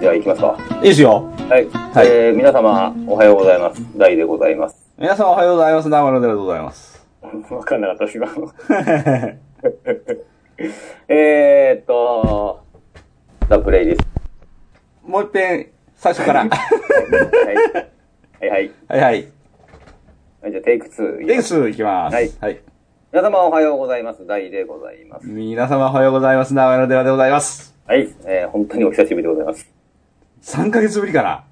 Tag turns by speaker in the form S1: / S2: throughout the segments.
S1: では行きますか。
S2: いいですよ。
S1: はい。
S2: はい
S1: えー、皆様、おはようございます。大でございます。
S2: 皆さんおはようございます。生でござい ます。
S1: わかんなかったです、今の。 えーっと、ザ・プレイです。
S2: もう一遍、最初から。
S1: はい。はいはい。
S2: はいは
S1: は
S2: い。
S1: いじゃあ、テイク2。
S2: レースいきます。
S1: はい
S2: はい。
S1: 皆様おはようございます。大でございます。
S2: 皆様おはようございます。生のではでございます。
S1: はい。えー、本当にお久しぶりでございます。
S2: 3ヶ月ぶりかな。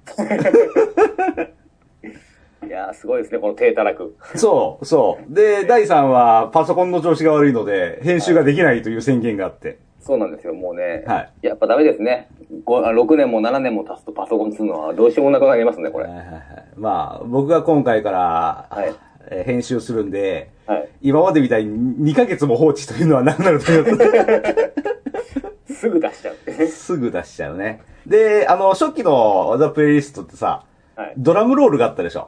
S1: いやー、すごいですね、この手たらく。
S2: そう、そう。で、第3はパソコンの調子が悪いので、編集ができないという宣言があって。
S1: そうなんですよ、もうね。
S2: はい。
S1: やっぱダメですね。ごあ6年も7年も経つとパソコンするのはどうしようもなくなりますね、これ。
S2: はいはいはいまあ、僕が今回から、
S1: はい
S2: えー編集するんで、
S1: はい。
S2: 今までみたいに2ヶ月も放置というのはなくなると思います。
S1: すぐ出しちゃう。
S2: すぐ出しちゃうね。で、あの、初期のザ・プレイリストってさ、
S1: はい。
S2: ドラムロールがあったでしょ。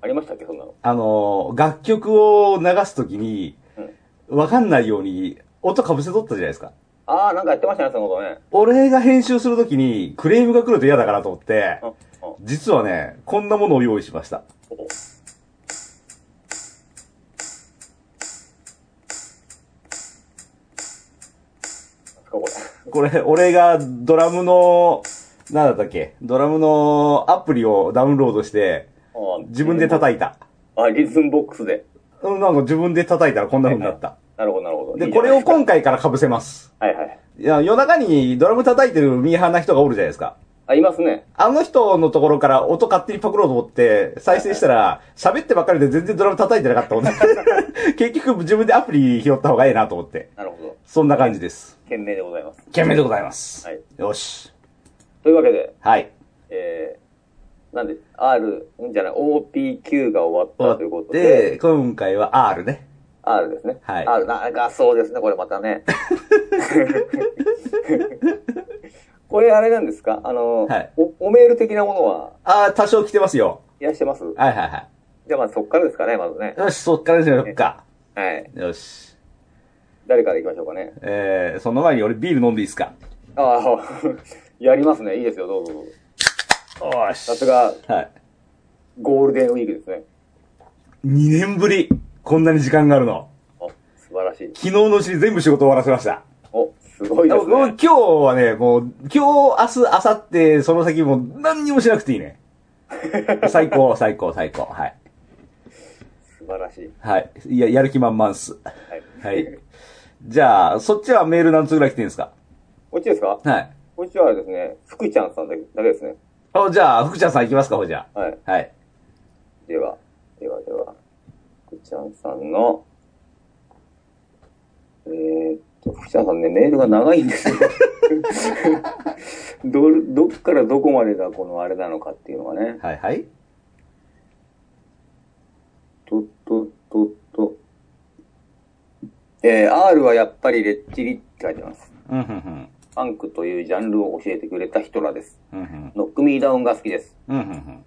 S1: ありましたっけ、そんなの。
S2: あの、楽曲を流すときに、わかんないように音かぶせとったじゃないですか。
S1: あー、なんかやってましたね、そのことね。
S2: 俺が編集するときにクレームが来ると嫌だからと思って
S1: う、んうん
S2: 実はね、こんなものを用意しました。
S1: これ。
S2: これ、俺がドラムの、なんだったっけドラムのアプリをダウンロードして、
S1: あー
S2: 自分で叩いた。
S1: あ、リズムボックスで。
S2: うんなんか自分で叩いたらこんな風になった。
S1: なるほど、なるほど。い
S2: で、
S1: いじ
S2: こ
S1: ゃな
S2: れ
S1: い
S2: を
S1: すか
S2: 今回から被せます。
S1: はいはい。
S2: いや、夜中にドラム叩いてるミーハーな人がおるじゃないですか。
S1: あ、いますね。
S2: あの人のところから音勝手にパクろうと思って、再生したら、喋ってばっかりで全然ドラム叩いてなかったも んね。結局自分でアプリ拾った方がいいなと思って。
S1: なるほど。
S2: そんな感じです。
S1: 懸命でございます。
S2: 懸命でございます。
S1: はい
S2: よし。
S1: というわけで、
S2: はい。
S1: えー、なんで、R、んじゃない、OPQ が終わったということで、
S2: で、今回は R ね。
S1: R ですね。
S2: はい
S1: R、なんかそうですね、これまたね。 これあれなんですかあの、
S2: はい
S1: お、おメール的なものは
S2: ああ、多少来てますよ。
S1: いらっしゃいます
S2: はいはいは
S1: じゃあまずそっからですかね、まずね
S2: い。。よし、そっからにしましょうか。
S1: はい。
S2: よし。
S1: 誰から行きましょうかね。
S2: えー、その前に俺ビール飲んでいいですか
S1: あ あ、やりますね。いいですよ、どうぞどうぞ。
S2: おし。
S1: さすが、
S2: はい。
S1: ゴールデンウィークですね。
S2: 2年ぶり、こんなに時間があるの。
S1: お、素晴らしい。
S2: 昨日のうちに全部仕事終わらせました。
S1: お、すごいです
S2: もう今
S1: ね。
S2: 日はね、もう、今日、明日、明後日、その先もう何にもしなくてい いね。最高、最高、最高。はい。
S1: 素晴らしい。
S2: はい。いや、やる気満々っす。
S1: は。
S2: はいい。じゃあ、そっちはメール何通ぐらい来てるんですか
S1: こっちですか
S2: はい。
S1: こっちはですね、福ちゃんさんだけだけですね。
S2: お、じゃあ、福ちゃんさん行きますか、ほいじゃ
S1: はい。
S2: あ。はい。
S1: では、ではでは、福ちゃんさんの、えーっと、福ちゃんさんね、メールが長いんですよ。どれ、どっからどこまでがこのあれなのかっていうのがね。
S2: はい、はい。
S1: とっとっとっと。えー R はやっぱりレッチリって書いてます。
S2: うん、ふんふん。
S1: ファンクというジャンルを教えてくれた人らです。
S2: うん、ふん。
S1: ノックミーダウンが好きです。
S2: うん、ふんふん。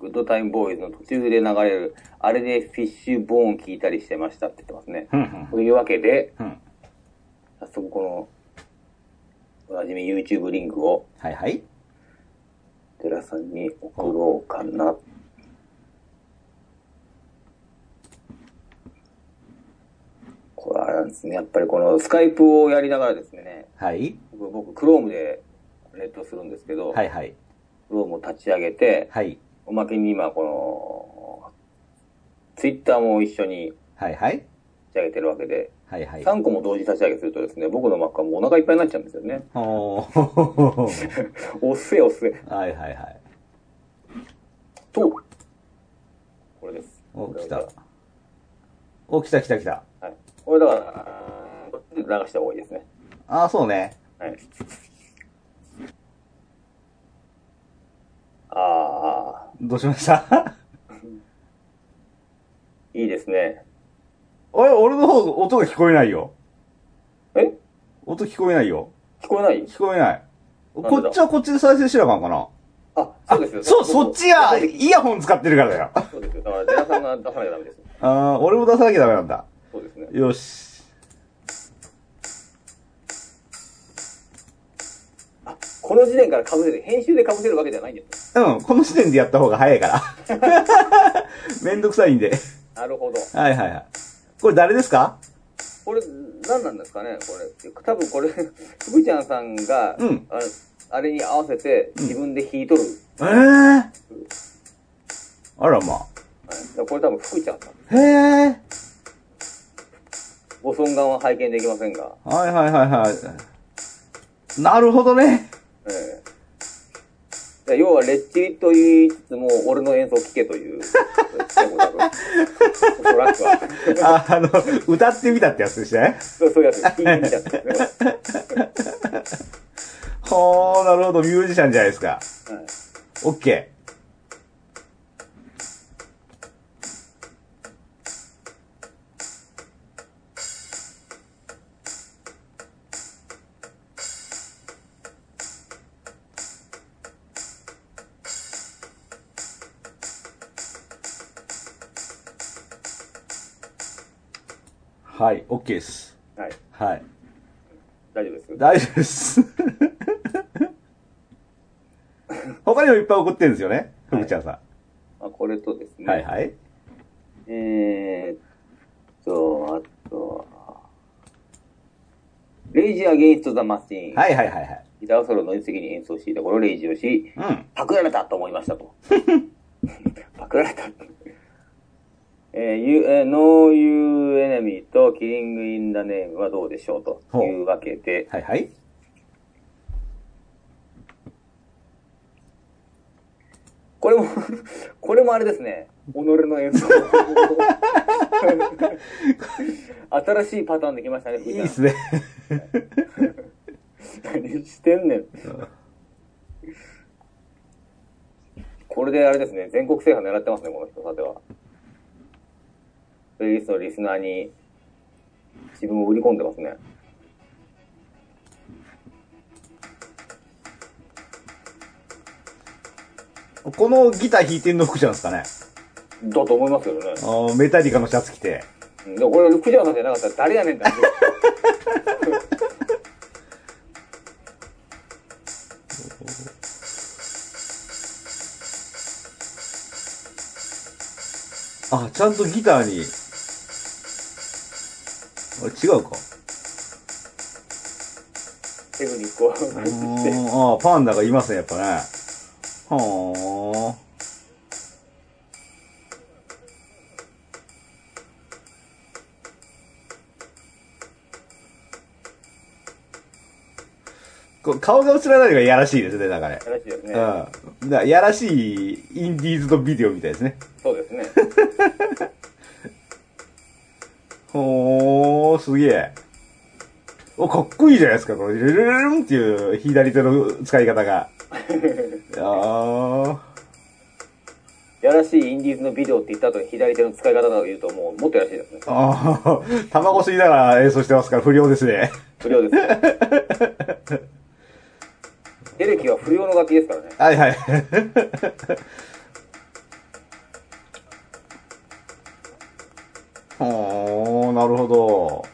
S1: グッドタイムボーイズの途中で流れる、あれでフィッシュボーン聞いたりしてましたって言ってますね。
S2: うん、ふん。
S1: というわけで、
S2: うん。
S1: 早速この、おなじみ YouTube リンクを
S2: はい、はい。
S1: 寺さんに送ろうかな。これあれなんですね。やっぱりこのスカイプをやりながらですね、
S2: はい。
S1: 僕、僕 Chrome でネットするんですけど、
S2: はい、はい。
S1: Chrome を立ち上げて、
S2: はい。
S1: おまけに今この、Twitter も一緒に
S2: はい、はい。
S1: 立ち上げてるわけで、
S2: はい、はい。
S1: 3個も同時立ち上げするとですね、僕の Mac はもうお腹いっぱいになっちゃうんですよね。
S2: おー。
S1: おっせえおっせえ。
S2: はい、はい、はい。
S1: と、これです。
S2: お、来た。お、来た、来た、来た。
S1: はい。これだから、こっちで流した方がいいですね。
S2: ああ、そうね。
S1: はい。ああ、
S2: どうしました
S1: いいですね。
S2: あれ、俺の方、音が聞こえないよ。
S1: え
S2: 音聞こえないよ。
S1: 聞こえない
S2: 聞こえない。
S1: だ
S2: こっちはこっちで再生しなあかんかな。
S1: あ、そうですよ。
S2: そう、そっ ちや
S1: そうです
S2: イヤホン使ってるからだよ。あ
S1: そうですよ。だから、寺さんが出さなきゃダメですよ。
S2: あー、俺も出さなきゃダメなんだ。
S1: そうですね。
S2: よし。
S1: この時点から被せる、編集で被せるわけじゃないんです
S2: うん、この時点でやった方が早 いから。めんどくさいんで。
S1: なるほど。
S2: はいはいはい。これ誰ですか
S1: これ、何なんですかねこれ。多分これ、福ちゃんさんが、
S2: うん
S1: ああれに合わせて自分で弾いとる。
S2: ええー。あ
S1: は
S2: らま
S1: いだからこれ多分福ちゃんさん。
S2: あ。へえ。
S1: ご尊顔は拝見できませんが。
S2: はいはいはいはい。なるほどね。
S1: ええだから要は、レッチリと言いつつも、俺の演奏を聴けという。そう多分おそらくは。
S2: あ、あの、歌ってみたってやつでしたね。
S1: そうそういうやつ、弾いてみたんですけど
S2: ほー、なるほど、ミュージシャンじゃないですか。
S1: はい
S2: オッケー。はい、オッケーです。
S1: はい。
S2: はい。
S1: 大丈夫です。
S2: 大丈夫です。 他にもいっぱい送ってるんですよね、ふ
S1: はい
S2: ぐちゃんさ
S1: まあ、これとです
S2: ん。
S1: ね。
S2: はいはい。
S1: えー、っと、あとは、レイジアゲインストザマシン。
S2: はいはいはいはい。
S1: ギターソロの一席に演奏していた頃、レイジをし、
S2: うん。
S1: パクられたと思いましたと。 パクられた。えー、you, えー No You Enemy と Killing in the Name はどうでしょうというわけで、
S2: はいはい。
S1: これも、 これもあれですね。己の演奏。新しいパターンできましたね、
S2: い
S1: ふ
S2: い
S1: ちゃ
S2: で
S1: ん
S2: すね。
S1: 何してんねん。これであれですね、全国制覇狙ってますね、この人、さては。プレイリストのリスナーに自分を売り込んでますね。
S2: このギター弾いてんのふぐちゃんですかね。
S1: だと思いますけどね。
S2: あーメタリカのシャツ着て。
S1: うんでもこれ、クジャさんじゃなかったら誰やねんだ
S2: あ、ちゃんとギターに。あれ違うか。
S1: テクニック を。
S2: うー ん。あーパンダがいますね、やっぱね。はーこう顔が映らないのがいやらしいですね、なんかね。
S1: 正しいですね。
S2: うん。だからやらしいインディーズのビデオみたいですね。
S1: そうですね。
S2: ほー、すげえ。お、かっこいいじゃないですか、この、ルルルルンっていう左手の使い方が。あ
S1: やらしいインディーズのビデオって言った後に左手の使い方だと言うと、もうもっとやらしいですね
S2: ー。。あー、卵吸いながら演奏してますから不良ですね。
S1: 不良 ですね。エレキは不良の楽器ですからね。
S2: はいはい。ほー、なるほど。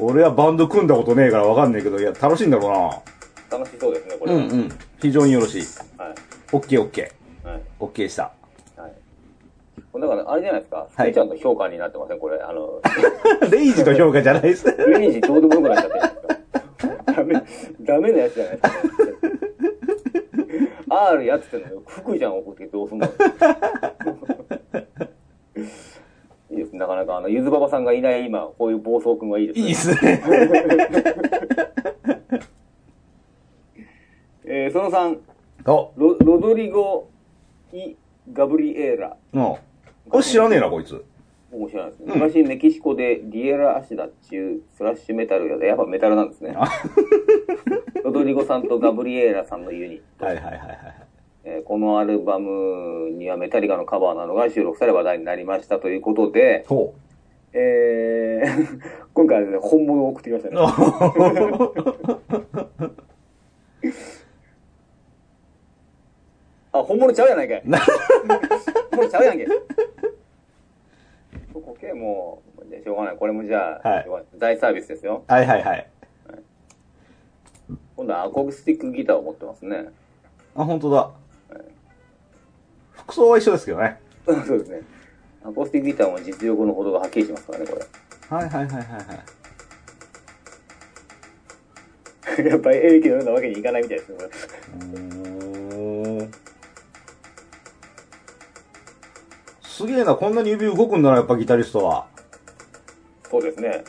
S2: 俺はバンド組んだことねえからわかんねえけど、いや、楽しいんだろ
S1: 楽しそうですね、こ
S2: う
S1: れ
S2: な。
S1: は。
S2: ん。非常によろしい。
S1: はい。
S2: オッケーオッケ
S1: はい。
S2: ー。オッケーでした。
S1: はい。これだから、あれじゃないですか。ス
S2: はい
S1: イちゃんの評価になってません、これ。あの、
S2: レイジの評価じゃないです。
S1: イメージどうでもよくなっちゃってるじゃないですか。ダメ、ダメなやつじゃないですか。R やってたのよ。福ちゃん怒ってどうすんのいいです。なかなか、あの、ゆずばばさんがいない今、こういう暴走くんはいいですね。
S2: いいですね。
S1: えー、その3、
S2: お、
S1: ロロドリゴ・イ・ガブリエーラ。
S2: の、これ知らねえな、こいつ。
S1: 面白いですね。昔、メキシコでディエラ・アシダっちゅうスラッシュメタルやで、やっぱメタルなんですね。ロ ドリゴさんとガブリエーラさんのユニット。
S2: はいはいはいはい。
S1: えーこのアルバムにはメタリカのカバーなのが収録され話題になりましたということで、
S2: ほう。
S1: えー、 今回はですね、本物を送ってきました ね。あ、本物ちゃうやないかい。本物ちゃうやんけ。こけもう、でしょうがない。これもじゃあ、
S2: はい
S1: しょうがない大サービスですよ。
S2: はいはいはい。
S1: 今度はアコースティックギターを持ってますね。
S2: あ、本当だ。服装は一緒ですけどね。
S1: そうですね。アコースティックギターも実力のほどがはっきりしますからね、こ
S2: はいはいはいはいはい。
S1: れ。 やっぱりエレキのようなわけにいかないみたいですね、これ。
S2: すげえな、こんなに指動くんだな、やっぱギタリストは。
S1: そうですね。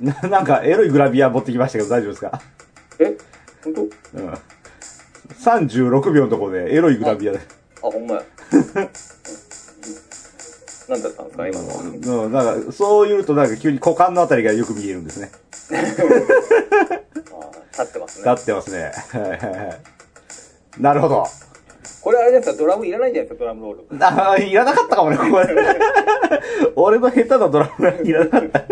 S2: ななんか、エロいグラビア持ってきましたけど、大丈夫ですか
S1: え本当
S2: うん。36秒のところで、エロいグラビアで。
S1: あ、ほんま や。何だったんですか、今のは。
S2: うん、なんか、そう言うと、なんか急に股間のあたりがよく見えるんですね。
S1: あー立ってます
S2: な
S1: ね。
S2: ってますね。はいはいはい。なるほど。
S1: これあれですか、ドラムいらないんじゃないですか、ドラムロール。
S2: ああ、いらなかったかもね、ここで。俺の下手なドラムがいらなかった。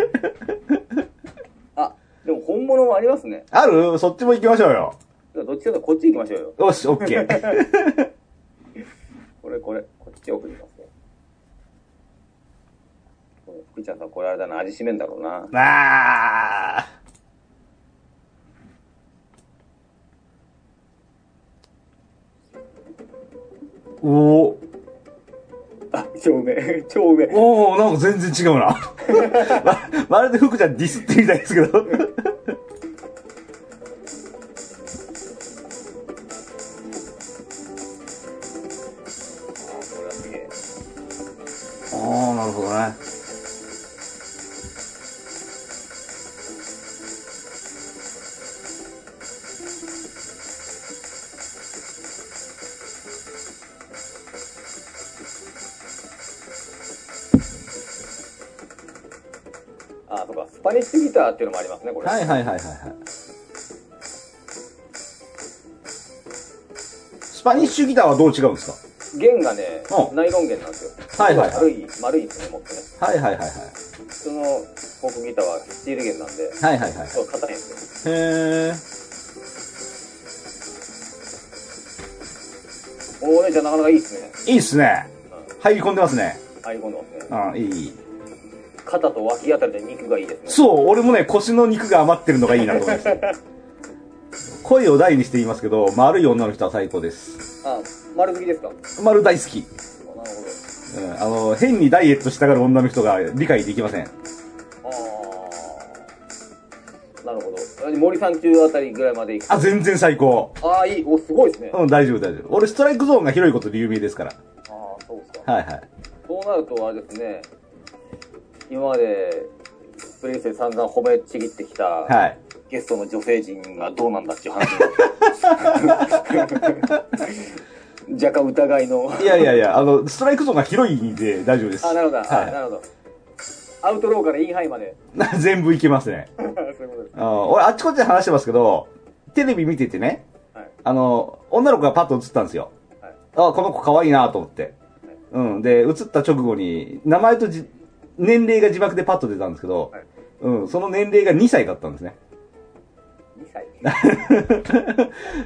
S1: あ、でも本物もありますね。
S2: あるそっちも行きましょうよ。
S1: どっちかというとこっち行きましょうよ。
S2: よし、オッケー。
S1: これこれ、こっち送りますよ。これ福ちゃんさん、これあれだな、味しめんだろうな。
S2: ああ。おー
S1: あ、超うめえ、超うめえ。
S2: おー、なんか全然違うな。 ままるで福ちゃんディスってみたいですけど。
S1: あこれはすげえ。
S2: ああ、なるほどね。
S1: あ、そうか、スパニッシュギターっていうのもありますね、これ。
S2: はいはいはいはいはい。スパニッシュギターはどう違うんですか
S1: 弦がね
S2: う、ん
S1: ナイロン弦なんですよ。
S2: はいはいはい
S1: 丸い、丸いんですね、もっとね。
S2: はいはいはいはい。
S1: 普通のフォークギターはスチール弦なんで、
S2: はいはいはい。
S1: そう、硬いんです
S2: へえ。
S1: よ。おー、お姉ちゃんなかなかいいっすね。
S2: いいっすね。
S1: う
S2: 入り込んでますね。
S1: ん。入り込んでますね。
S2: うん、いいいい。
S1: 肩と脇あたりで肉がいいですね。
S2: そう、俺もね、腰の肉が余ってるのがいいなと思いま した。声を大にして言いますけど、丸い女の人は最高です。
S1: あ、丸好きですかあ
S2: 丸大好き。
S1: なるほど。
S2: うん、あの、変にダイエットしたがる女の人が理解できません。
S1: ああ。なるほど。森さん中あたりぐらいまで行く。
S2: あ、全然最高。
S1: ああ、いい。お、すごいですね。あ
S2: うん、大丈夫大丈夫。俺、ストライクゾーンが広いことで有名ですから。
S1: あ、そうですか。
S2: はいはい。
S1: そうなると、あれですね。今まで、プレイスで散々褒めちぎってきた、
S2: はい。
S1: ゲストの女性陣がどうなんだっていう話。若干疑いの。
S2: いやいやいや、あの、ストライクゾーンが広いんで大丈夫です。
S1: あ、なるほど。あな
S2: は
S1: るほど。アウトローからインハイまで。
S2: いな。 全部いけますね。
S1: そういうことです。
S2: あの俺、あっちこっちで話してますけど、テレビ見ててね、
S1: はい。
S2: あの、女の子がパッと映ったんですよ。
S1: はい
S2: あ、この子可愛いなと思って。うん。で、映った直後に、名前とじ、年齢が字幕でパッと出たんですけど、
S1: はい
S2: うん、その年齢が2歳だったんですね。
S1: 2歳。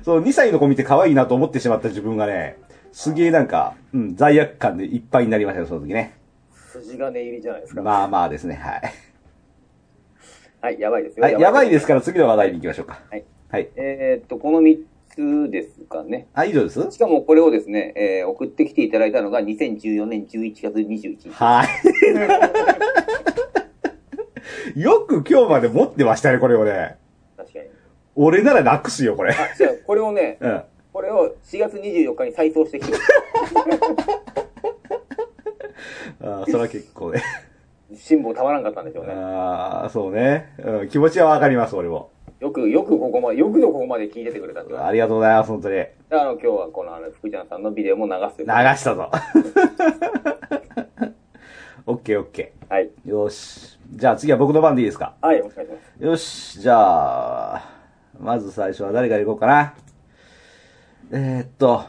S2: その2歳の子見て可愛いなと思ってしまった自分がね、すげえなんか、うん、罪悪感でいっぱいになりましたよ、その時ね。
S1: 筋金入りじゃないですか。
S2: まあまあですね、はい。
S1: はい、やばいですよ。
S2: はい、やばいです
S1: か
S2: から次の話題に行きましょうか。
S1: はい。
S2: はい。
S1: えーっと、この3つですかね。
S2: あ、以上です
S1: しかもこれをですね、えー送ってきていただいたのが2014年11月21日。
S2: はい。よく今日まで持ってましたね、これをね。
S1: 確かに。
S2: 俺ならなくすよ、これ。
S1: じゃあ、これをね、
S2: うん。
S1: これを4月24日に再送してきて、
S2: あーそれは結構ね。
S1: 辛抱たまらんかったんでしょうね。
S2: ああ、そうね、うん。気持ちはわかります、俺も。
S1: よく、よくここまで、よくぞここまで聞いててくれたって感
S2: ありがとうございます、本当に。流
S1: じ。であの、今日はこの、あの、福ちゃんさんのビデオも流すということで
S2: したぞ。 オッケーオッケ
S1: はい。
S2: ー。よし。じゃあ次は僕の番でいいですか
S1: はい、お願いします。
S2: よし、じゃあ、まず最初は誰から行こうかな。えー、っと、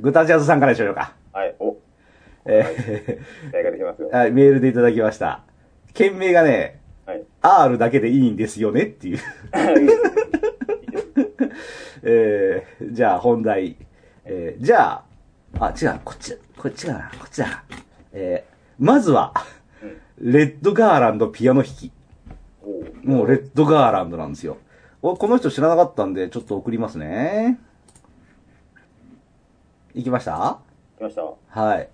S2: グタジャズさんからにしましょうか。
S1: はい、お、
S2: え
S1: 期待ができますよ
S2: ー。はい、メールでいただきました。件名がね、
S1: はい。
S2: R だけでいいんですよねっていう。えー、じゃあ本題。えー、じゃあ、あ、違う、こっち、こっちかな、こっちだな。えー、まずは、
S1: うん
S2: レッドガーランドピアノ弾き。
S1: おう
S2: もうレッドガーランドなんですよ。おこの人知らなかったんで、ちょっと送りますね。いきました
S1: 来ました。
S2: はい。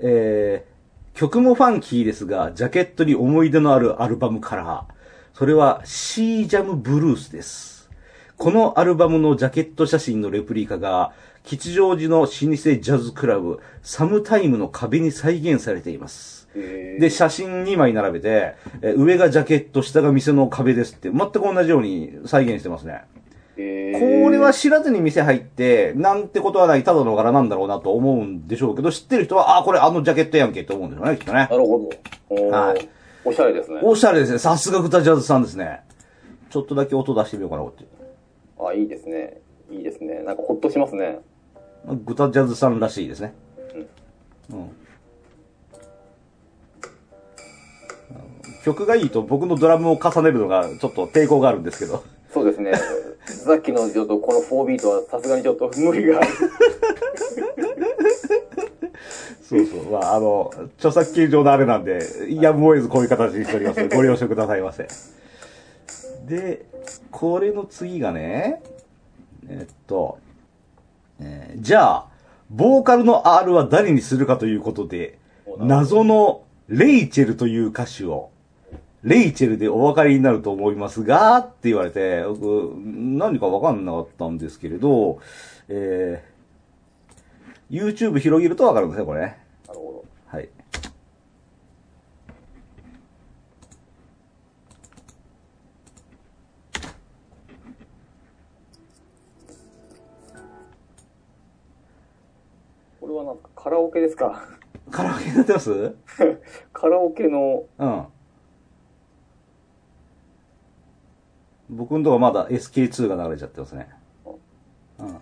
S2: えー、曲もファンキーですが、ジャケットに思い出のあるアルバムカラー。それは、シージャムブルースです。このアルバムのジャケット写真のレプリカが、吉祥寺の老舗ジャズクラブ、サムタイムの壁に再現されています。
S1: えー
S2: で、写真2枚並べて、えー上がジャケット、下が店の壁ですって、全く同じように再現してますね。
S1: えー
S2: これは知らずに店入って、なんてことはない、ただの柄なんだろうなと思うんでしょうけど、知ってる人は、あ、これあのジャケットやんけって思うんでしょうね、きっとね
S1: な。るほど。おー
S2: はい
S1: おしゃれですね。
S2: おしゃれですね。さすがグタジャズさんですね。ちょっとだけ音出してみようかな、こっち。
S1: あ、いいですね。いいですね。なんかほっとしますね。
S2: グタジャズさんらしいですね。うん。曲がいいと僕のドラムを重ねるのがちょっと抵抗があるんですけど。
S1: そうです ね。さっきのちょっとこの4ビートはさすがにちょっと無理がある。
S2: そうそう。まあ、あの、著作権上のあれなんで、やむを得ずこういう形にしておりますので。ご了承くださいませ。で、これの次がね、えっと、えーじゃあ、ボーカルの R は誰にするかということで、謎のレイチェルという歌手を、レイチェルでお分かりになると思いますが、って言われて、僕、何か分かんなかったんですけれど、えー、YouTube 広げると分かるんですね、これね。
S1: なるほ
S2: はい。
S1: ど。これはなんかカラオケですか
S2: カラオケになってますうん。
S1: カラオケの、
S2: 僕のとこまだ SK2 が流れちゃってますね。うん。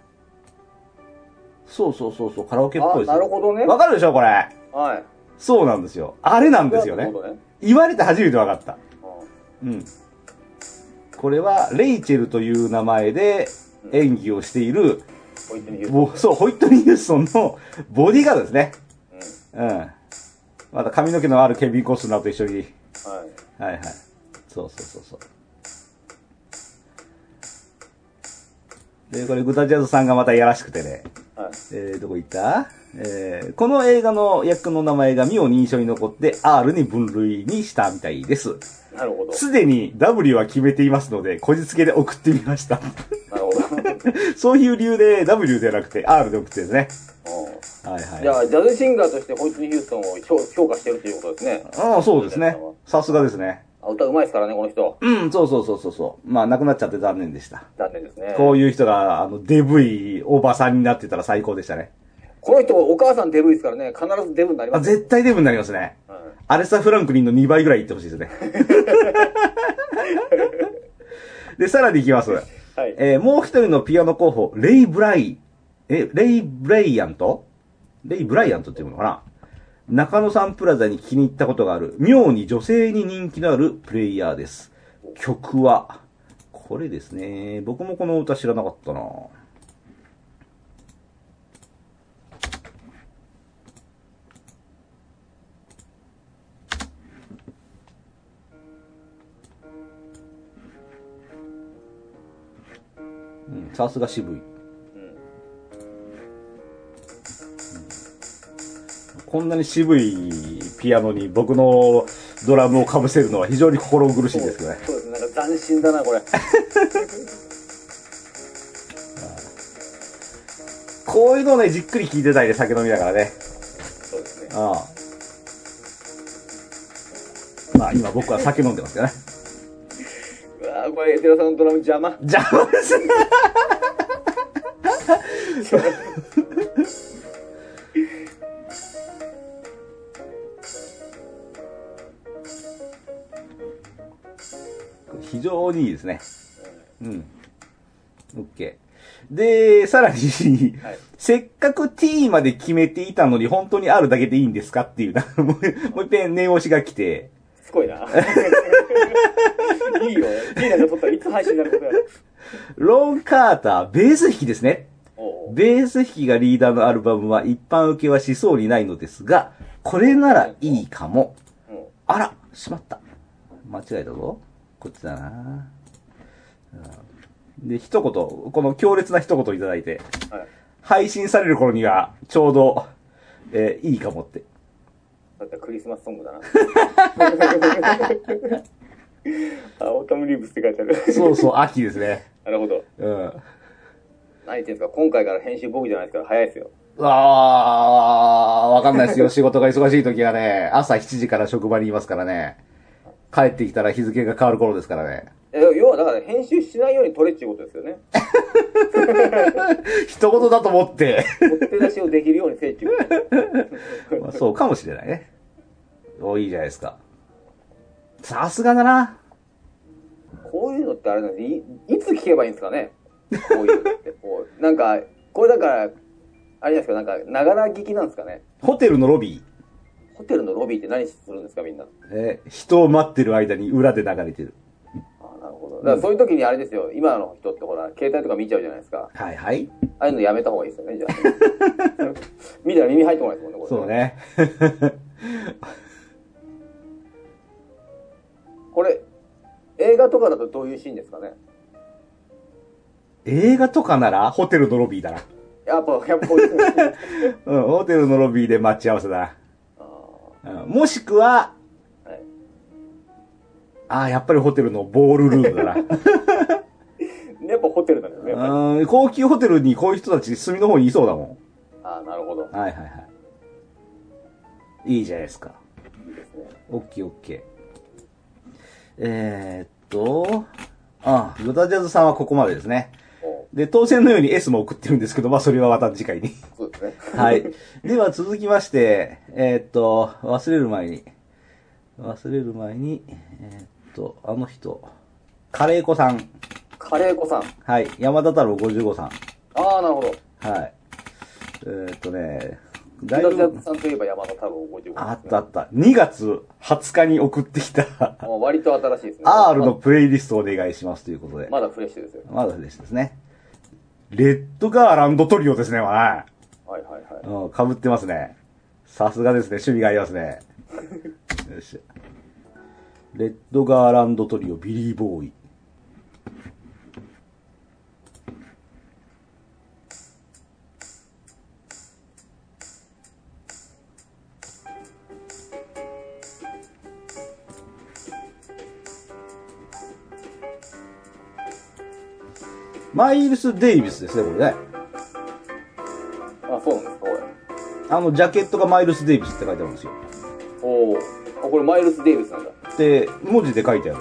S2: そうそうそうそう、カラオケっぽい
S1: あ、
S2: です
S1: なる
S2: よ。
S1: ほどね。
S2: わかるでしょ、これ。
S1: はい。
S2: そうなんですよ。あれなんですよ
S1: な
S2: ね
S1: る。ほどね。
S2: 言われて初めて分かった。
S1: あ
S2: うん。これは、レイチェルという名前で演技をしている、
S1: こう言ってみる。
S2: ぼそう、ホイットニー・ユーストンのボディーガードですね。
S1: うん。
S2: うん。また髪の毛のあるケビン・コスナーと一緒に。
S1: はい。
S2: はいはい。そうそうそうそう。で、これ、グタジャズさんがまたやらしくてね。
S1: はい。
S2: えー、どこ行ったえー、この映画の役の名前が妙に印象に残って R に分類にしたみたいです。
S1: なるほど。
S2: すでに W は決めていますので、こじつけで送ってみました。
S1: なるほど。
S2: そういう理由で W ではなくて R で送ってるんです
S1: うん
S2: ね。はいはい。
S1: じゃあ、ジャズシンガーとしてホイットニー・ヒューストンを評評価してるということですね。
S2: ああ、そうですね。さすがですね。
S1: あ歌うまいですからね、この人。
S2: うん、そうそうそうそうそう。まあ、亡くなっちゃって残念でした。
S1: 残念ですね。
S2: こ
S1: こ
S2: ういう人が、あの、デブいおばさんになってたら最高でしたね。
S1: の人、お母さんデブですからね、必ずデブになり
S2: あ
S1: ます。
S2: 絶対デブになりますね。
S1: うん
S2: アレサ・フランクリンの2倍ぐらいいってほしいですね。で、さらにいきます。
S1: はい。
S2: えーもう一人のピアノ候補、レイ・ブライ、え、レイ・ブレイアントレイ・ブライアントっていうのかな中野サンプラザに気に入ったことがある、妙に女性に人気のあるプレイヤーです。曲は、これですね。僕もこの歌知らなかったなうん、さすが渋い。
S1: うん
S2: こんなに渋いピアノに僕のドラムをかぶせるのは非常に心苦しいんですけどね。
S1: そうですね。なんか斬新だな、これ。
S2: こういうのをね、じっくり聴いてたいで酒飲みながらね。
S1: そうですね。
S2: ああ。まあ今僕は酒飲んでますけどね。
S1: うわーこれ、エテラさんのドラム邪 魔。
S2: 邪魔ですね。非常にいいですね。うん。OK。で、さらに、
S1: はい
S2: せっかく t まで決めていたのに本当にあるだけでいいんですかっていう な、もうもう一遍念押しが来て、
S1: すごいな。いいよ。いいなんか撮ったらいつ配信になることやる。
S2: ロン・カーター、ベース弾きですね。
S1: おう
S2: ベース弾きがリーダーのアルバムは一般受けはしそうにないのですが、これならいいかも。
S1: うん
S2: あらしまった間違えたぞ。こっちだな、うんで、一言、この強烈な一言いただいて、
S1: はい。
S2: 配信される頃には、ちょうど、えーいいかもって。
S1: だってクリスマスソングだな。あ、オータムリーブスって書いてある。
S2: そうそう、秋ですね。
S1: なるほど。
S2: うん。
S1: 何言ってんすか今回から編集僕じゃないですから、早いですよ。
S2: あー、わかんないですよ。仕事が忙しい時はね、朝7時から職場にいますからね。帰ってきたら日付が変わる頃ですからね。
S1: え要はだから編集しないように撮れっていうことですよね。
S2: 一言だと思って。
S1: 取って出しをできるようにせえっていうこと。
S2: まあそうかもしれないね。お、いいじゃないですか。さすがだな。
S1: こういうのってあれなんですいいつ聞けばいいんですかねこういうのって。こうなんか、これだから、あれじゃないですか、なんか、ながら聞きなんですかね。
S2: ホテルのロビー。
S1: ホテルのロビーって何するんですか、みんな。
S2: えー人を待ってる間に裏で流れてる。
S1: あなるほど。だからそういう時にあれですよ、今の人ってほら、携帯とか見ちゃうじゃないですか。
S2: はいはい。
S1: ああいうのやめた方がいいですよね、じゃ あ。見たら耳入ってこないですもんね、これ。
S2: そう。ね。
S1: これ、映画とかだとどういうシーンですかね
S2: 映画とかならホテルのロビーだな。
S1: やっぱ、やっぱこういう。
S2: うん、ホテルのロビーで待ち合わせだ
S1: あ
S2: な。うん、もしくは、
S1: ーはい
S2: ああ、やっぱりホテルのボールルームだ
S1: やっぱホテルなんですね、やっぱり。
S2: な。 うん、高級ホテルにこういう人たち隅の方にいそうだも
S1: ああ、なるほど
S2: ん。。はいはいはい。いいじゃないですか。
S1: いいですね。
S2: オッケーオッケー。えー、っと、あ、ヨタジャズさんはここまでですね。
S1: お
S2: で、当選のように S も送ってるんですけど、まあそれはまた次回に。
S1: そうですね。
S2: はい。 では続きまして、えーっと、忘れる前に、忘れる前に、えーっと、あの人、カレー子さん。
S1: カレー子さん。
S2: はい。山田太郎55さん。
S1: ああ、なるほど。
S2: はい。えーっとね、だ
S1: だ
S2: い
S1: い
S2: ぶ、
S1: さんといえば山田太郎55ですね、
S2: あったあった。2月20日に送ってきた
S1: あ割と新しいですね。
S2: R のプレイリストをお願いしますということで。
S1: まだフレッシュですよ。
S2: まだですね。レッドガーランドトリオですね、はい。
S1: はいはいはい。
S2: うん、かぶってますね。さすがですね、趣味がありますね。よし。レッドガーランドトリオ、ビリーボーイ。マイルス・デイビスですね、これね。
S1: あ、そうなんですか、
S2: あの、ジャケットがマイルス・デイビスって書いてあるんですよ。
S1: これ。おお。あ、これマイルス・デイビスなんだ。
S2: で、文字で書いてある。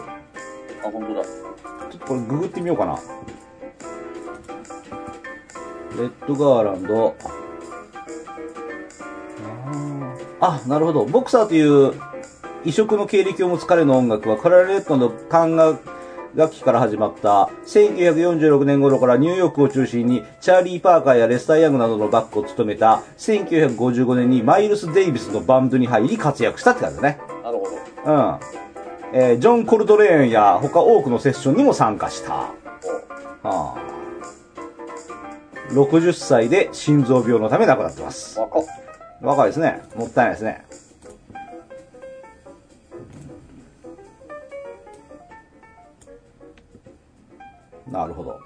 S1: あ、本当だ。
S2: ちょっとこれググってみようかな。レッドガーランド。あーあ、なるほど。ボクサーという異色の経歴を持つ彼の音楽は、カラレットの管楽楽器から始まった1946年頃からニューヨークを中心にチャーリー・パーカーやレスター・ヤングなどのバックを務めた1955年にマイルス・デイビスのバンドに入り活躍したって感じだね。
S1: なるほど。
S2: うん。えージョン・コルトレーンや他多くのセッションにも参加した。はあ、60歳で心臓病のため亡くなってます
S1: お。若っ。
S2: 若いですね。もったいないですね。なるほど。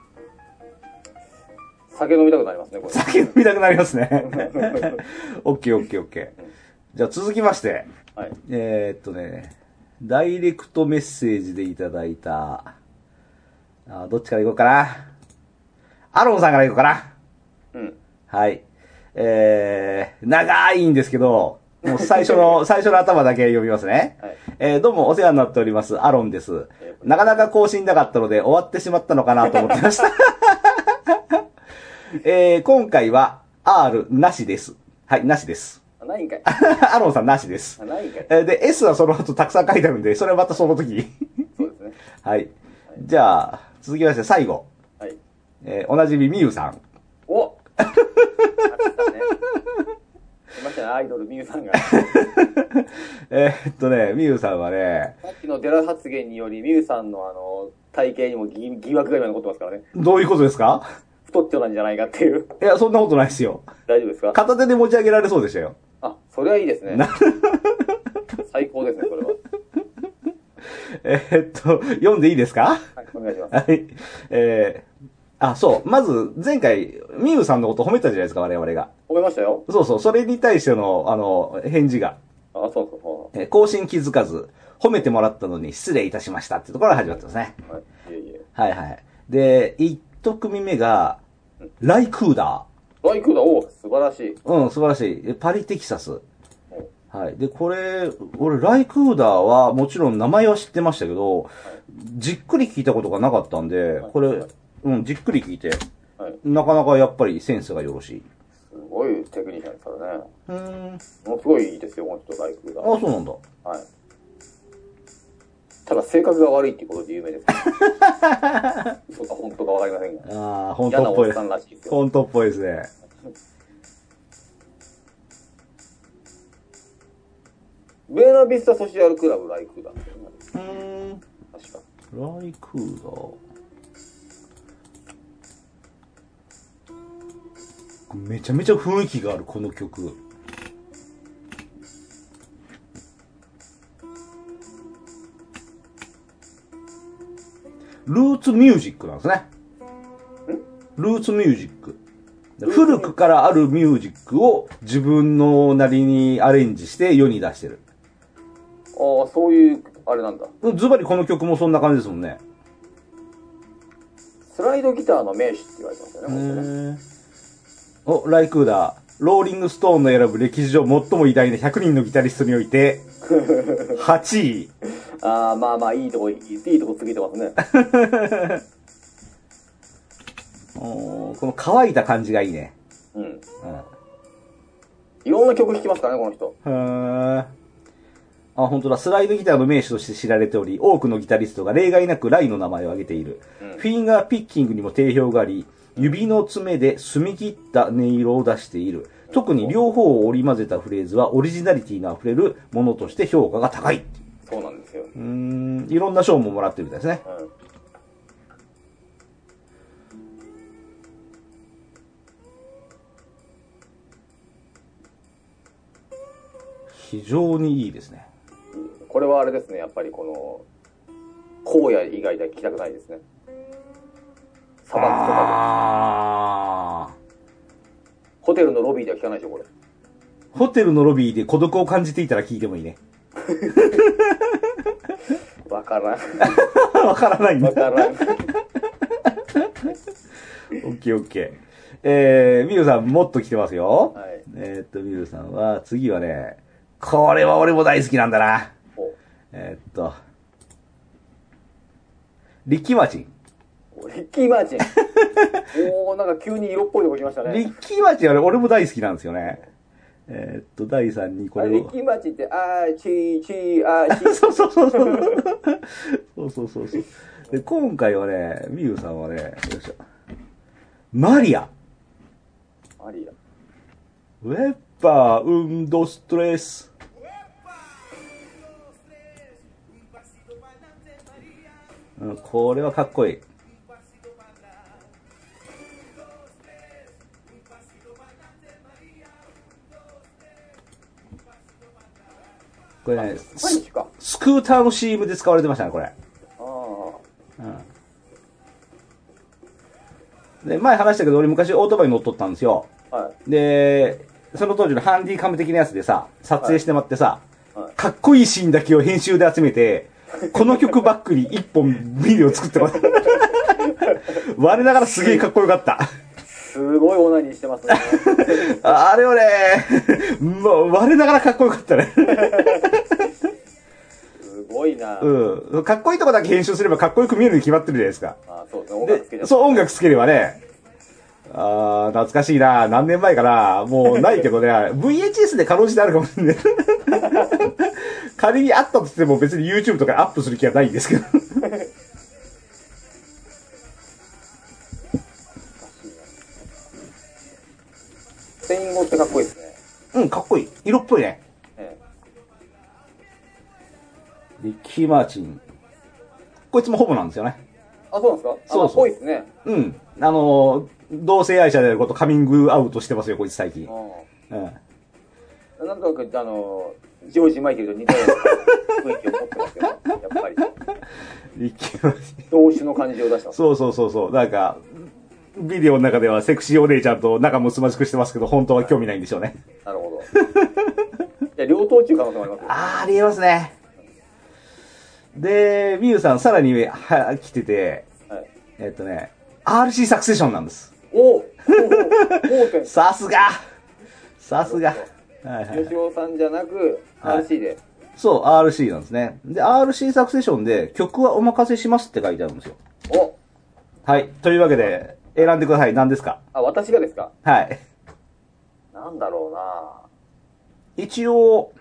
S1: 酒飲みたくなりますね、これ。
S2: 酒飲みたくなりますね。 オッケーオッケーオッケー。じゃあ続きまして。
S1: はい。
S2: えーっとね、ダイレクトメッセージでいただいた、あどっちから行こうかな。アロンさんから行こうかな。
S1: うん。
S2: はい。えー、長いんですけど、もう最初の、最初の頭だけ読みますね。
S1: はい
S2: えーどうもお世話になっております。アロンです。なかなか更新なかったので終わってしまったのかなと思ってました。 えー、今回は R なしです。はい、なしです。
S1: あ、ないんかい。
S2: アロンさんなしです
S1: あ、。ないんかい。
S2: えーで、S はその後たくさん書いてあるんで、それはまたその時 に。
S1: そうですね。
S2: はい。じゃあ、続きまして最後。
S1: はい。
S2: えーおなじみみゆさん。
S1: おあ来たね来ましたね、アイドル、ミュウさん が。
S2: えーっとね、みゆさんはね、
S1: さっきのデラ発言により、ミュウさんのあの、体型にも疑疑惑が今残ってますからね。
S2: どういうことですか
S1: 太ってたんじゃないかっていう。
S2: いや、そんなことないですよ。
S1: 大丈夫ですか
S2: 片手で持ち上げられそうでしたよ。
S1: あ、それはいいですね。最高ですね、それは。
S2: えーっと、読んでいいですか
S1: はい、お願いします。
S2: はい。えー、あ、そう。まず、前回、ミウさんのこと褒めたじゃないですか、我々が。
S1: 覚えましたよ。
S2: そうそう、それに対しての、あの、返事が、
S1: あ、そうそうそ
S2: えー更新気づかず、褒めてもらったのに失礼いたしましたってところが始まってますね。
S1: う。はい、いえいえ。
S2: はいはい。で、一組目が、ライクーダ
S1: バイクだ、おお、素晴らしい。
S2: ー。うん、素晴らしい。でパリテキサス。はい。で、これ、俺、ライクーダーは、もちろん名前は知ってましたけど、じっくり聞いたことがなかったんで
S1: はい、
S2: これ、うん、じっくり聞いて、
S1: はい。
S2: なかなかやっぱりセンスがよろしい。
S1: すごいテクニシャンですからね。
S2: うーん。あ、
S1: ものすごいいいですよ、この人、バイクが。
S2: そうなんだ。
S1: はい。ただ、性格が悪いっていうことで有名です。そうか、本当かわかりませんが。
S2: ああ、本
S1: 嫌な
S2: 当っ
S1: お
S2: ぽい
S1: っさ。んらしいですよ。
S2: 本当っぽいですね。
S1: ベーナビスタソシアルクラブ、ライクだ。
S2: うーん。
S1: 確か。
S2: ライクーダー。めちゃめちゃ雰囲気がある、この曲。ルーツミュージックなんですね。ルーツミュージック。古くからあるミュージックを自分のなりにアレンジして世に出してる。
S1: ああ、そういう、あれなんだ。
S2: ズバリこの曲もそんな感じですもんね。
S1: スライドギターの名手って言われてますよね、
S2: へ
S1: 本当ね。
S2: ーお、ライクーダー。ローリングストーンの選ぶ歴史上最も偉大な100人のギタリストにおいて、8位。
S1: ああ、まあまあ、いいとこ、いいいいとこ過ぎてますね。
S2: おーこの乾いた感じがいいね。
S1: うん。
S2: うん。
S1: いろんな曲弾きますからね、この人。
S2: へーあ、本当だ。スライドギターの名手として知られており、多くのギタリストが例外なくライの名前を挙げている。
S1: うん
S2: フィンガーピッキングにも定評があり、指の爪で澄み切った音色を出している。特に両方を織り交ぜたフレーズはオリジナリティの溢れるものとして評価が高い。
S1: そうなんですよ。
S2: うーん、いろんな賞ももらってるみたいですね。
S1: うん。
S2: 非常にいいですね。
S1: これはあれですね、やっぱりこの、荒野以外では聞きたくないですね。砂漠とか
S2: あ
S1: で、ホテルのロビーでは聞かないでしょ、これ。
S2: ーホテルのロビーで孤独を感じていたら聞いてもいいね。
S1: わからん。
S2: わからないんだ
S1: わ。からん。
S2: オッケーオッケー。えー、ミルさんもっと来てますよ。
S1: はい。
S2: えーっと、ミルさんは、次はね、これは俺も大好きなんだな。
S1: お
S2: えーっと、リッキーマーチン。
S1: リッキー・マーチン。おー、なんか急に色っぽいとこ来ました
S2: リ
S1: ね。
S2: ッキーマーチンはね俺も大好きなんですよね。えーっと、第3にこ
S1: あれ
S2: れ
S1: リ
S2: を
S1: ッ。キー・マーチンって、あー、チー、チー、あー、チー。
S2: そうそうそうそう。そうそうそうそう。で、今回はね、みゆさんはね、よいしょ。マリア。
S1: マリア。
S2: ウェッパー、ウンドストレス。うん、これはかっこいい。これね、
S1: スパニッシュか。
S2: スクーターの CM で使われてましたね、これ。
S1: あー。
S2: で、前話したけど、俺昔オートバイ乗っとったんですよ。
S1: はい。
S2: で、その当時のハンディカム的なやつでさ、撮影してもらってさ、
S1: はいはい
S2: かっこいいシーンだけを編集で集めて、この曲バックに一本ビデオ作ってもらった。 我ながらすげえかっこよかった。
S1: すごいオナニーしてますね。
S2: あれをね、 もう我ながらかっこよかったね。
S1: すごいな。
S2: うん。かっこいいとこだけ編集すればかっこよく見えるに決まってるじゃないですか。
S1: あー、そうですね。音楽つけちゃ
S2: で、
S1: っ
S2: そう、音楽つければね、あー、懐かしいな。何年前かな。もうないけどね、VHS でかろうじてあるかもしれない。 仮にあったとしても別に YouTube とかにアップする気はないんですけど。
S1: スペイン語ってかっこいいですね。
S2: うん、かっこいい。色っぽいね。
S1: え
S2: リッキー・マーチン。こいつもほぼなんですよね。
S1: えあ、そうなんですか
S2: そうそう
S1: あ、ぽいですね。
S2: うん。あのー同性愛者であることカミングアウトしてますよ、こいつ最近。
S1: う
S2: うん。
S1: ん。なんとなく、あの、ジョージ・マイケルと似たような雰囲気を持ってますよね。やっぱり。
S2: いきます
S1: 同種の感じを出したんです
S2: そうそうそうそう。なんか、ビデオの中ではセクシーお姉ちゃんと仲むつまじくしてますけど、本当は興味ないんでしょうね。
S1: なるほど。じゃあ、両党中可能性もありますよ。
S2: あー、ありえますね。で、ミユさん、さらに、は、来てて、
S1: はい、
S2: えっとね、RC サクセションなんです。
S1: おお盲点
S2: さすがさすがはいはい
S1: 吉尾さんじゃなく、
S2: はい
S1: RC で。
S2: そう、RC なんですね。で、RC サクセションで曲はお任せしますって書いてあるんですよ。
S1: お
S2: はい。というわけで、選んでください。何ですか
S1: あ、私がですか
S2: はい。
S1: なんだろう
S2: 一応、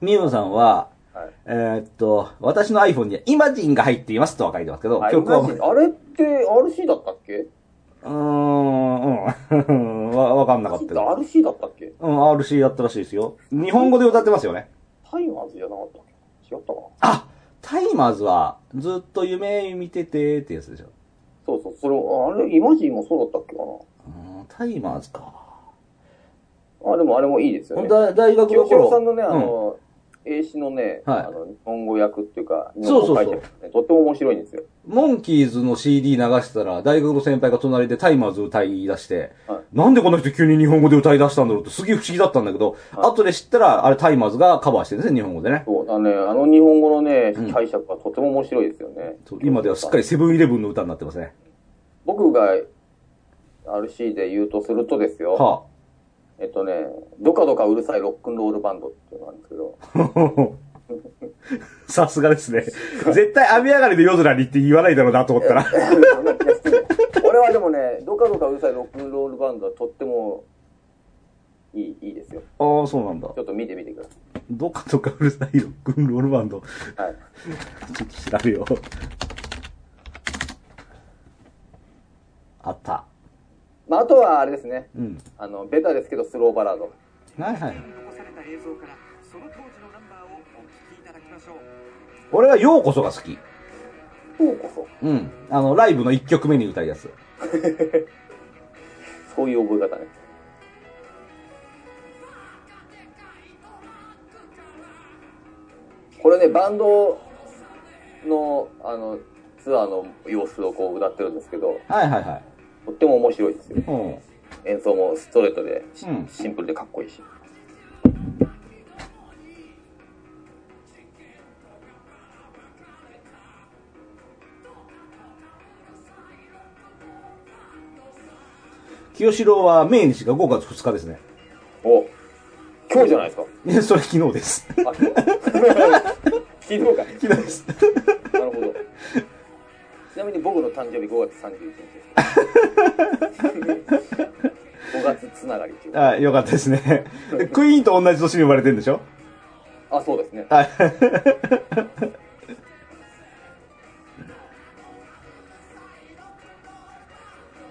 S2: ミユさんは、
S1: なはい。
S2: えーっと、私の iPhone にはイマジンが入っていますとは書いてますけど、
S1: あ
S2: 曲は、
S1: イ
S2: う
S1: マジンあれって RC だったっけ
S2: ーん、うん、 わ、わかんなかったけど。
S1: RC だったっけ
S2: うん、RC やったらしいですよ。日本語で歌ってますよね。
S1: タイマーズじゃなかったっけ違ったかな
S2: あタイマーズは、ずっと夢見ててってやつでしょ。
S1: そうそう、それ、あれ、イマジンもそうだったっけか
S2: うんタイマーズか。
S1: なあ、でもあれもいいですよね。
S2: だ大学
S1: 清
S2: の
S1: 志郎
S2: 頃。
S1: さんのね、あ
S2: うん
S1: の、英詞のね、
S2: はい
S1: あの、日本語訳っていうか、日
S2: そう
S1: 本
S2: そ
S1: 語
S2: うそう
S1: 書いてる、ね、とっても面白いんですよ。
S2: モンキーズの CD 流したら、大学の先輩が隣でタイマーズ歌い出して、
S1: は
S2: なんでこの人急に日本語で歌い出したんだろうってすげえ不思議だったんだけど、
S1: はい
S2: 後で知ったら、あれタイマーズがカバーしてるんですね、日本語でね。
S1: そう、あのね、あの日本語のね、
S2: うん
S1: 解釈はとても面白いですよね。
S2: そう今ではすっかりセブンイレブンの歌になってますね。
S1: 僕が RC で言うとするとですよ、
S2: は
S1: えっとね、どかどかうるさいロックンロールバンドっていうのがあるんですけど、
S2: あ、 さすがですね。絶対雨上がりで夜空にって言わないだろうなと思ったら。
S1: そんな気が してる俺はでもね、どかどかうるさいロックンロールバンドはとってもいい、いいですよ。
S2: ああ、そうなんだ
S1: ち。ょっと見てみてくださ
S2: どっかとかうるさいロックンロールバンド。
S1: い。はい。
S2: ちょっと調べよう。あった。
S1: まあ、あとはあれですね、
S2: うん。
S1: あの、ベタですけどスローバラード。
S2: はいはい。
S3: 残された映像からその当時のナンバーをお聞きいただきましょう
S2: 俺はようこそが好き。
S1: そうこそ、
S2: うん。あの、ライブの1曲目に歌うやつ。
S1: そういう覚え方ね。これね、バンドの、あの、ツアーの様子をこう歌ってるんですけど、
S2: はいはいはい。
S1: とっても面白いですよ。
S2: うん。
S1: 演奏もストレートで、し
S2: うん
S1: シンプルでかっこいいし。
S2: 清志郎は命日が5月2日ですね。
S1: お今日じゃないですか
S2: いやそれ昨日です。
S1: あ、昨日昨日か。
S2: 昨日です。
S1: なるほど。ちなみに僕の誕生日5月31日です。5月つながりっていう。
S2: あ、よかったです ね。でクイーンと同じ年に生まれてるんでしょ
S1: あ、そうですね。
S2: はい。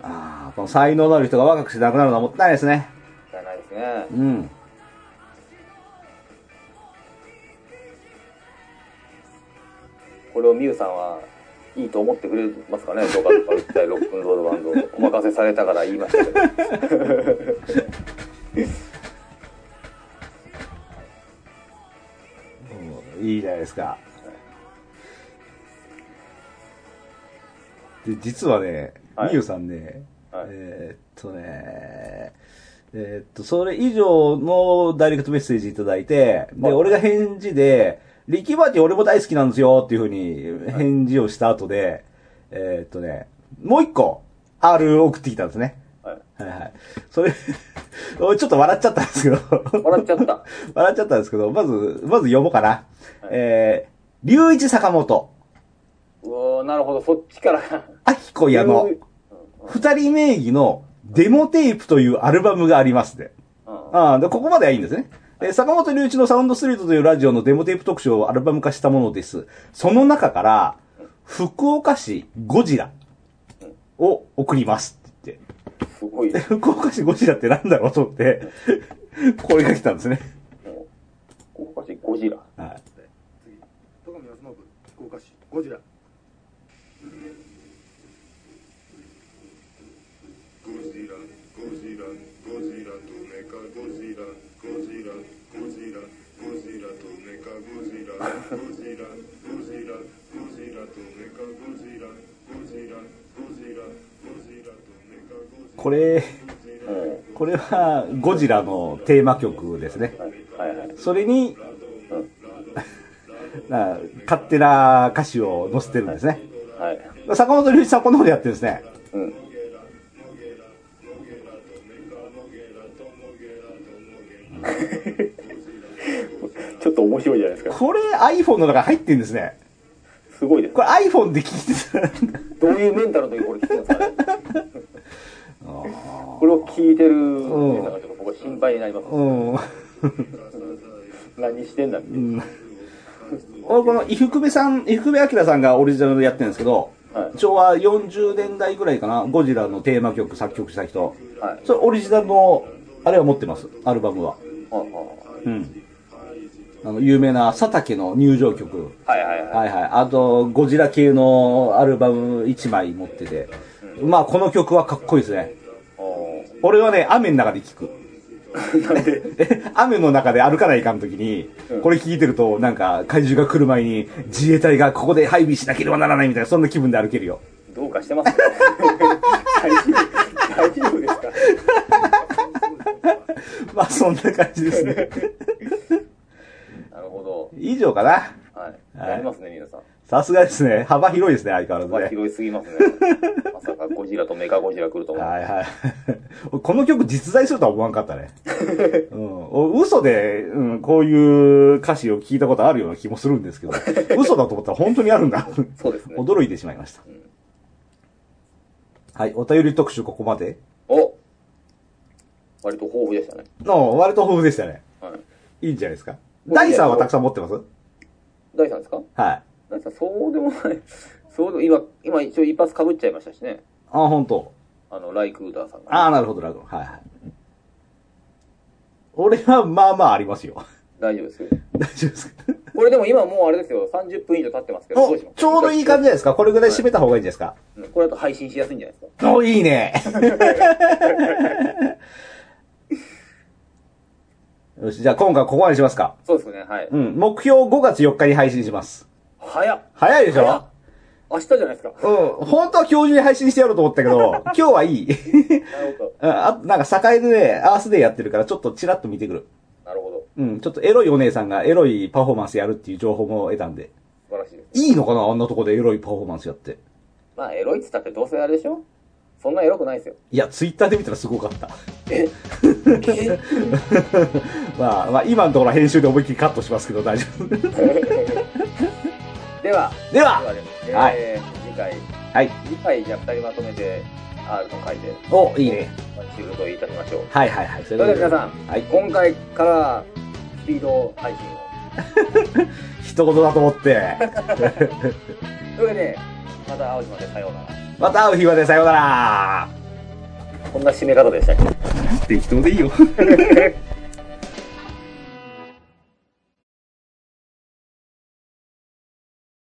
S2: ああ、この才能のある人が若くして亡くなるのはもったいないですね。
S1: じゃないですね。
S2: うん。
S1: これをミュウさんはいいと思ってくれますかねどうかとか訴えロックンロールバンドをお任せされたから言いましたけど。
S2: いいじゃないですか。で、実はね、
S1: はい
S2: みゆさんね、
S1: はい
S2: えーっとね、えーっと、それ以上のダイレクトメッセージいただいて、で、
S1: はい
S2: 俺が返事で、力バティ俺も大好きなんですよっていうふうに返事をした後で、えーっとね、もう一個、R 送ってきたんですね。
S1: はい、
S2: はいはい。それ、 俺ちょっと笑っちゃったんですけど。
S1: 笑っちゃった。
S2: 笑っちゃったんですけど、まず、まず読もうかな。えー、龍一坂本、
S1: うおーなるほど、そっちから。
S2: あきこ矢野
S1: う、ん
S2: 二人名義のデモテープというアルバムがありますね。
S1: うん
S2: ああ、で、ここまではいいんですね。えー坂本龍一のサウンドストリートというラジオのデモテープ特集をアルバム化したものです。その中から、福岡市ゴジラを送りますって言
S1: すごい。
S2: って。福岡市ゴジラってなんだろうと思 って、これが来たんですね。
S1: おかしい、ゴジラ。
S2: はい
S3: 次戸上康信福岡市ゴジラ
S4: ゴジラ、ゴジラ、ゴジラとメカゴジラ、ゴジラ、ゴジラ、ゴジラ
S2: これ、
S1: うん。
S2: これはゴジラのテーマ曲ですね。
S1: はいはいはい。
S2: それに、
S1: うん。
S2: あ勝手な歌詞を載せてるんですね。
S1: はい。
S2: 坂本龍一さんこんなことやってるんですね。
S1: うん。ちょっと面白いじゃないですか。
S2: これ iPhone の中に入ってるんですね。
S1: すごいです。
S2: これ iPhone で聞いてた。
S1: どういうメンタルの時これ聞いてるんですかねこれを聞いてる皆さんがちょっと僕は心配になります。
S2: うん。 俺
S1: 何してんだみたいな。
S2: この伊福部さん、伊福部明さんがオリジナルでやってるんですけど、
S1: はい
S2: 昭和40年代ぐらいかな、ゴジラのテーマ曲作曲した人。
S1: はい。
S2: それオリジナルの、あれは持ってます、アルバムは。
S1: ああ
S2: うん。あの、有名な佐竹の入場曲。
S1: はいはいはい。
S2: はいはい。あと、ゴジラ系のアルバム1枚持ってて。まあ、この曲はかっこいいですね。
S1: お
S2: 俺はね、雨の中で聴く。
S1: ーなんで、
S2: え雨の中で歩かないかんときに、これ聞いてると、なんか、怪獣が来る前に、自衛隊がここで配備しなければならないみたいな、そんな気分で歩けるよ。
S1: どうかしてますね。大丈夫大丈夫ですか
S2: まあ、そんな感じです ね。
S1: なるほ
S2: 以上かな。
S1: ど。はい。
S2: はい
S1: やりますね、皆さん。
S2: さすがですね。幅広いですね、相変わらず
S1: まあ、
S2: ね。
S1: 広いすぎ ますね。まさかゴジラとメカゴジラ来ると思う。
S2: はいはい。 この曲実在するとは思わんかっ たね。うん、お嘘で、うん、こういう歌詞を聞いたことあるような気もする んですけど、嘘だと思ったら本当にあるんだ。
S1: そうですね。
S2: 驚いてしまいました。はい、お便り特集ここまで。
S1: お割と豊富でしたね。
S2: の割と豊富でしたね。
S1: はい。
S2: いいんじゃないですか。
S1: 僕
S2: 第3はたくさん持ってます
S1: 大さんですか
S2: はい。
S1: 大さん、そうでもない。 そうで、今、今一応一発被っちゃいましたしね。
S2: あ、本当。
S1: あの、ライクーダーさんが、ね。
S2: ああ、なるほど、なるほど。はいはい。俺はまあまあありますよ。
S1: 大丈夫ですよ。
S2: 大丈夫ですか
S1: これでも今もうあれですよ。30分以上経ってますけど、ど
S2: お
S1: うします
S2: ちょうどいい感じじゃないですか。これぐらい締めた方がいいんじゃないですか。
S1: うんこれだと配信しやすいんじゃないですか。
S2: お、いいね。よし、じゃあ今回ここまでしますか。
S1: そうですね、はい。
S2: うん。目標5月4日に配信します。
S1: 早っ
S2: 早いでし
S1: 早っ
S2: ょ
S1: 明日じゃないですか。
S2: うん。本当は今日中に配信してやろうと思ったけど、 今日はいい。
S1: なるほど。
S2: うんあ、なんか栄でね、アースデーやってるからちょっとチラッと見てくる。
S1: なるほど。
S2: うん。ちょっとエロいお姉さんがエロいパフォーマンスやるっていう情報も得たんで。
S1: 素晴らしいです。
S2: いいのかなあんなとこでエロいパフォーマンスやって。
S1: まあ、エロいっつったってどうせあれでしょそんなエロくないですよ。
S2: いや、ツイッターで見たらすごかった。
S1: ええ
S2: まあ、まあ、今のところは編集で思いっきりカットしますけど大丈夫。
S1: では、
S2: で
S1: では
S2: は、
S1: でも、
S2: はい
S1: えー次回、
S2: はい。
S1: 次回じゃあ2人まとめて R の回で
S2: お、いいね。
S1: 収録いたしましょう。
S2: はいはいはい。そ
S1: それでは皆
S2: は
S1: さん、
S2: い。
S1: 今回からスピード配信を。
S2: 一言だと思って。
S1: それで、また会うまでさようなら。
S2: また会う日までさようなら。
S1: こんな締め方でしたっけ
S2: 適当でいいよ。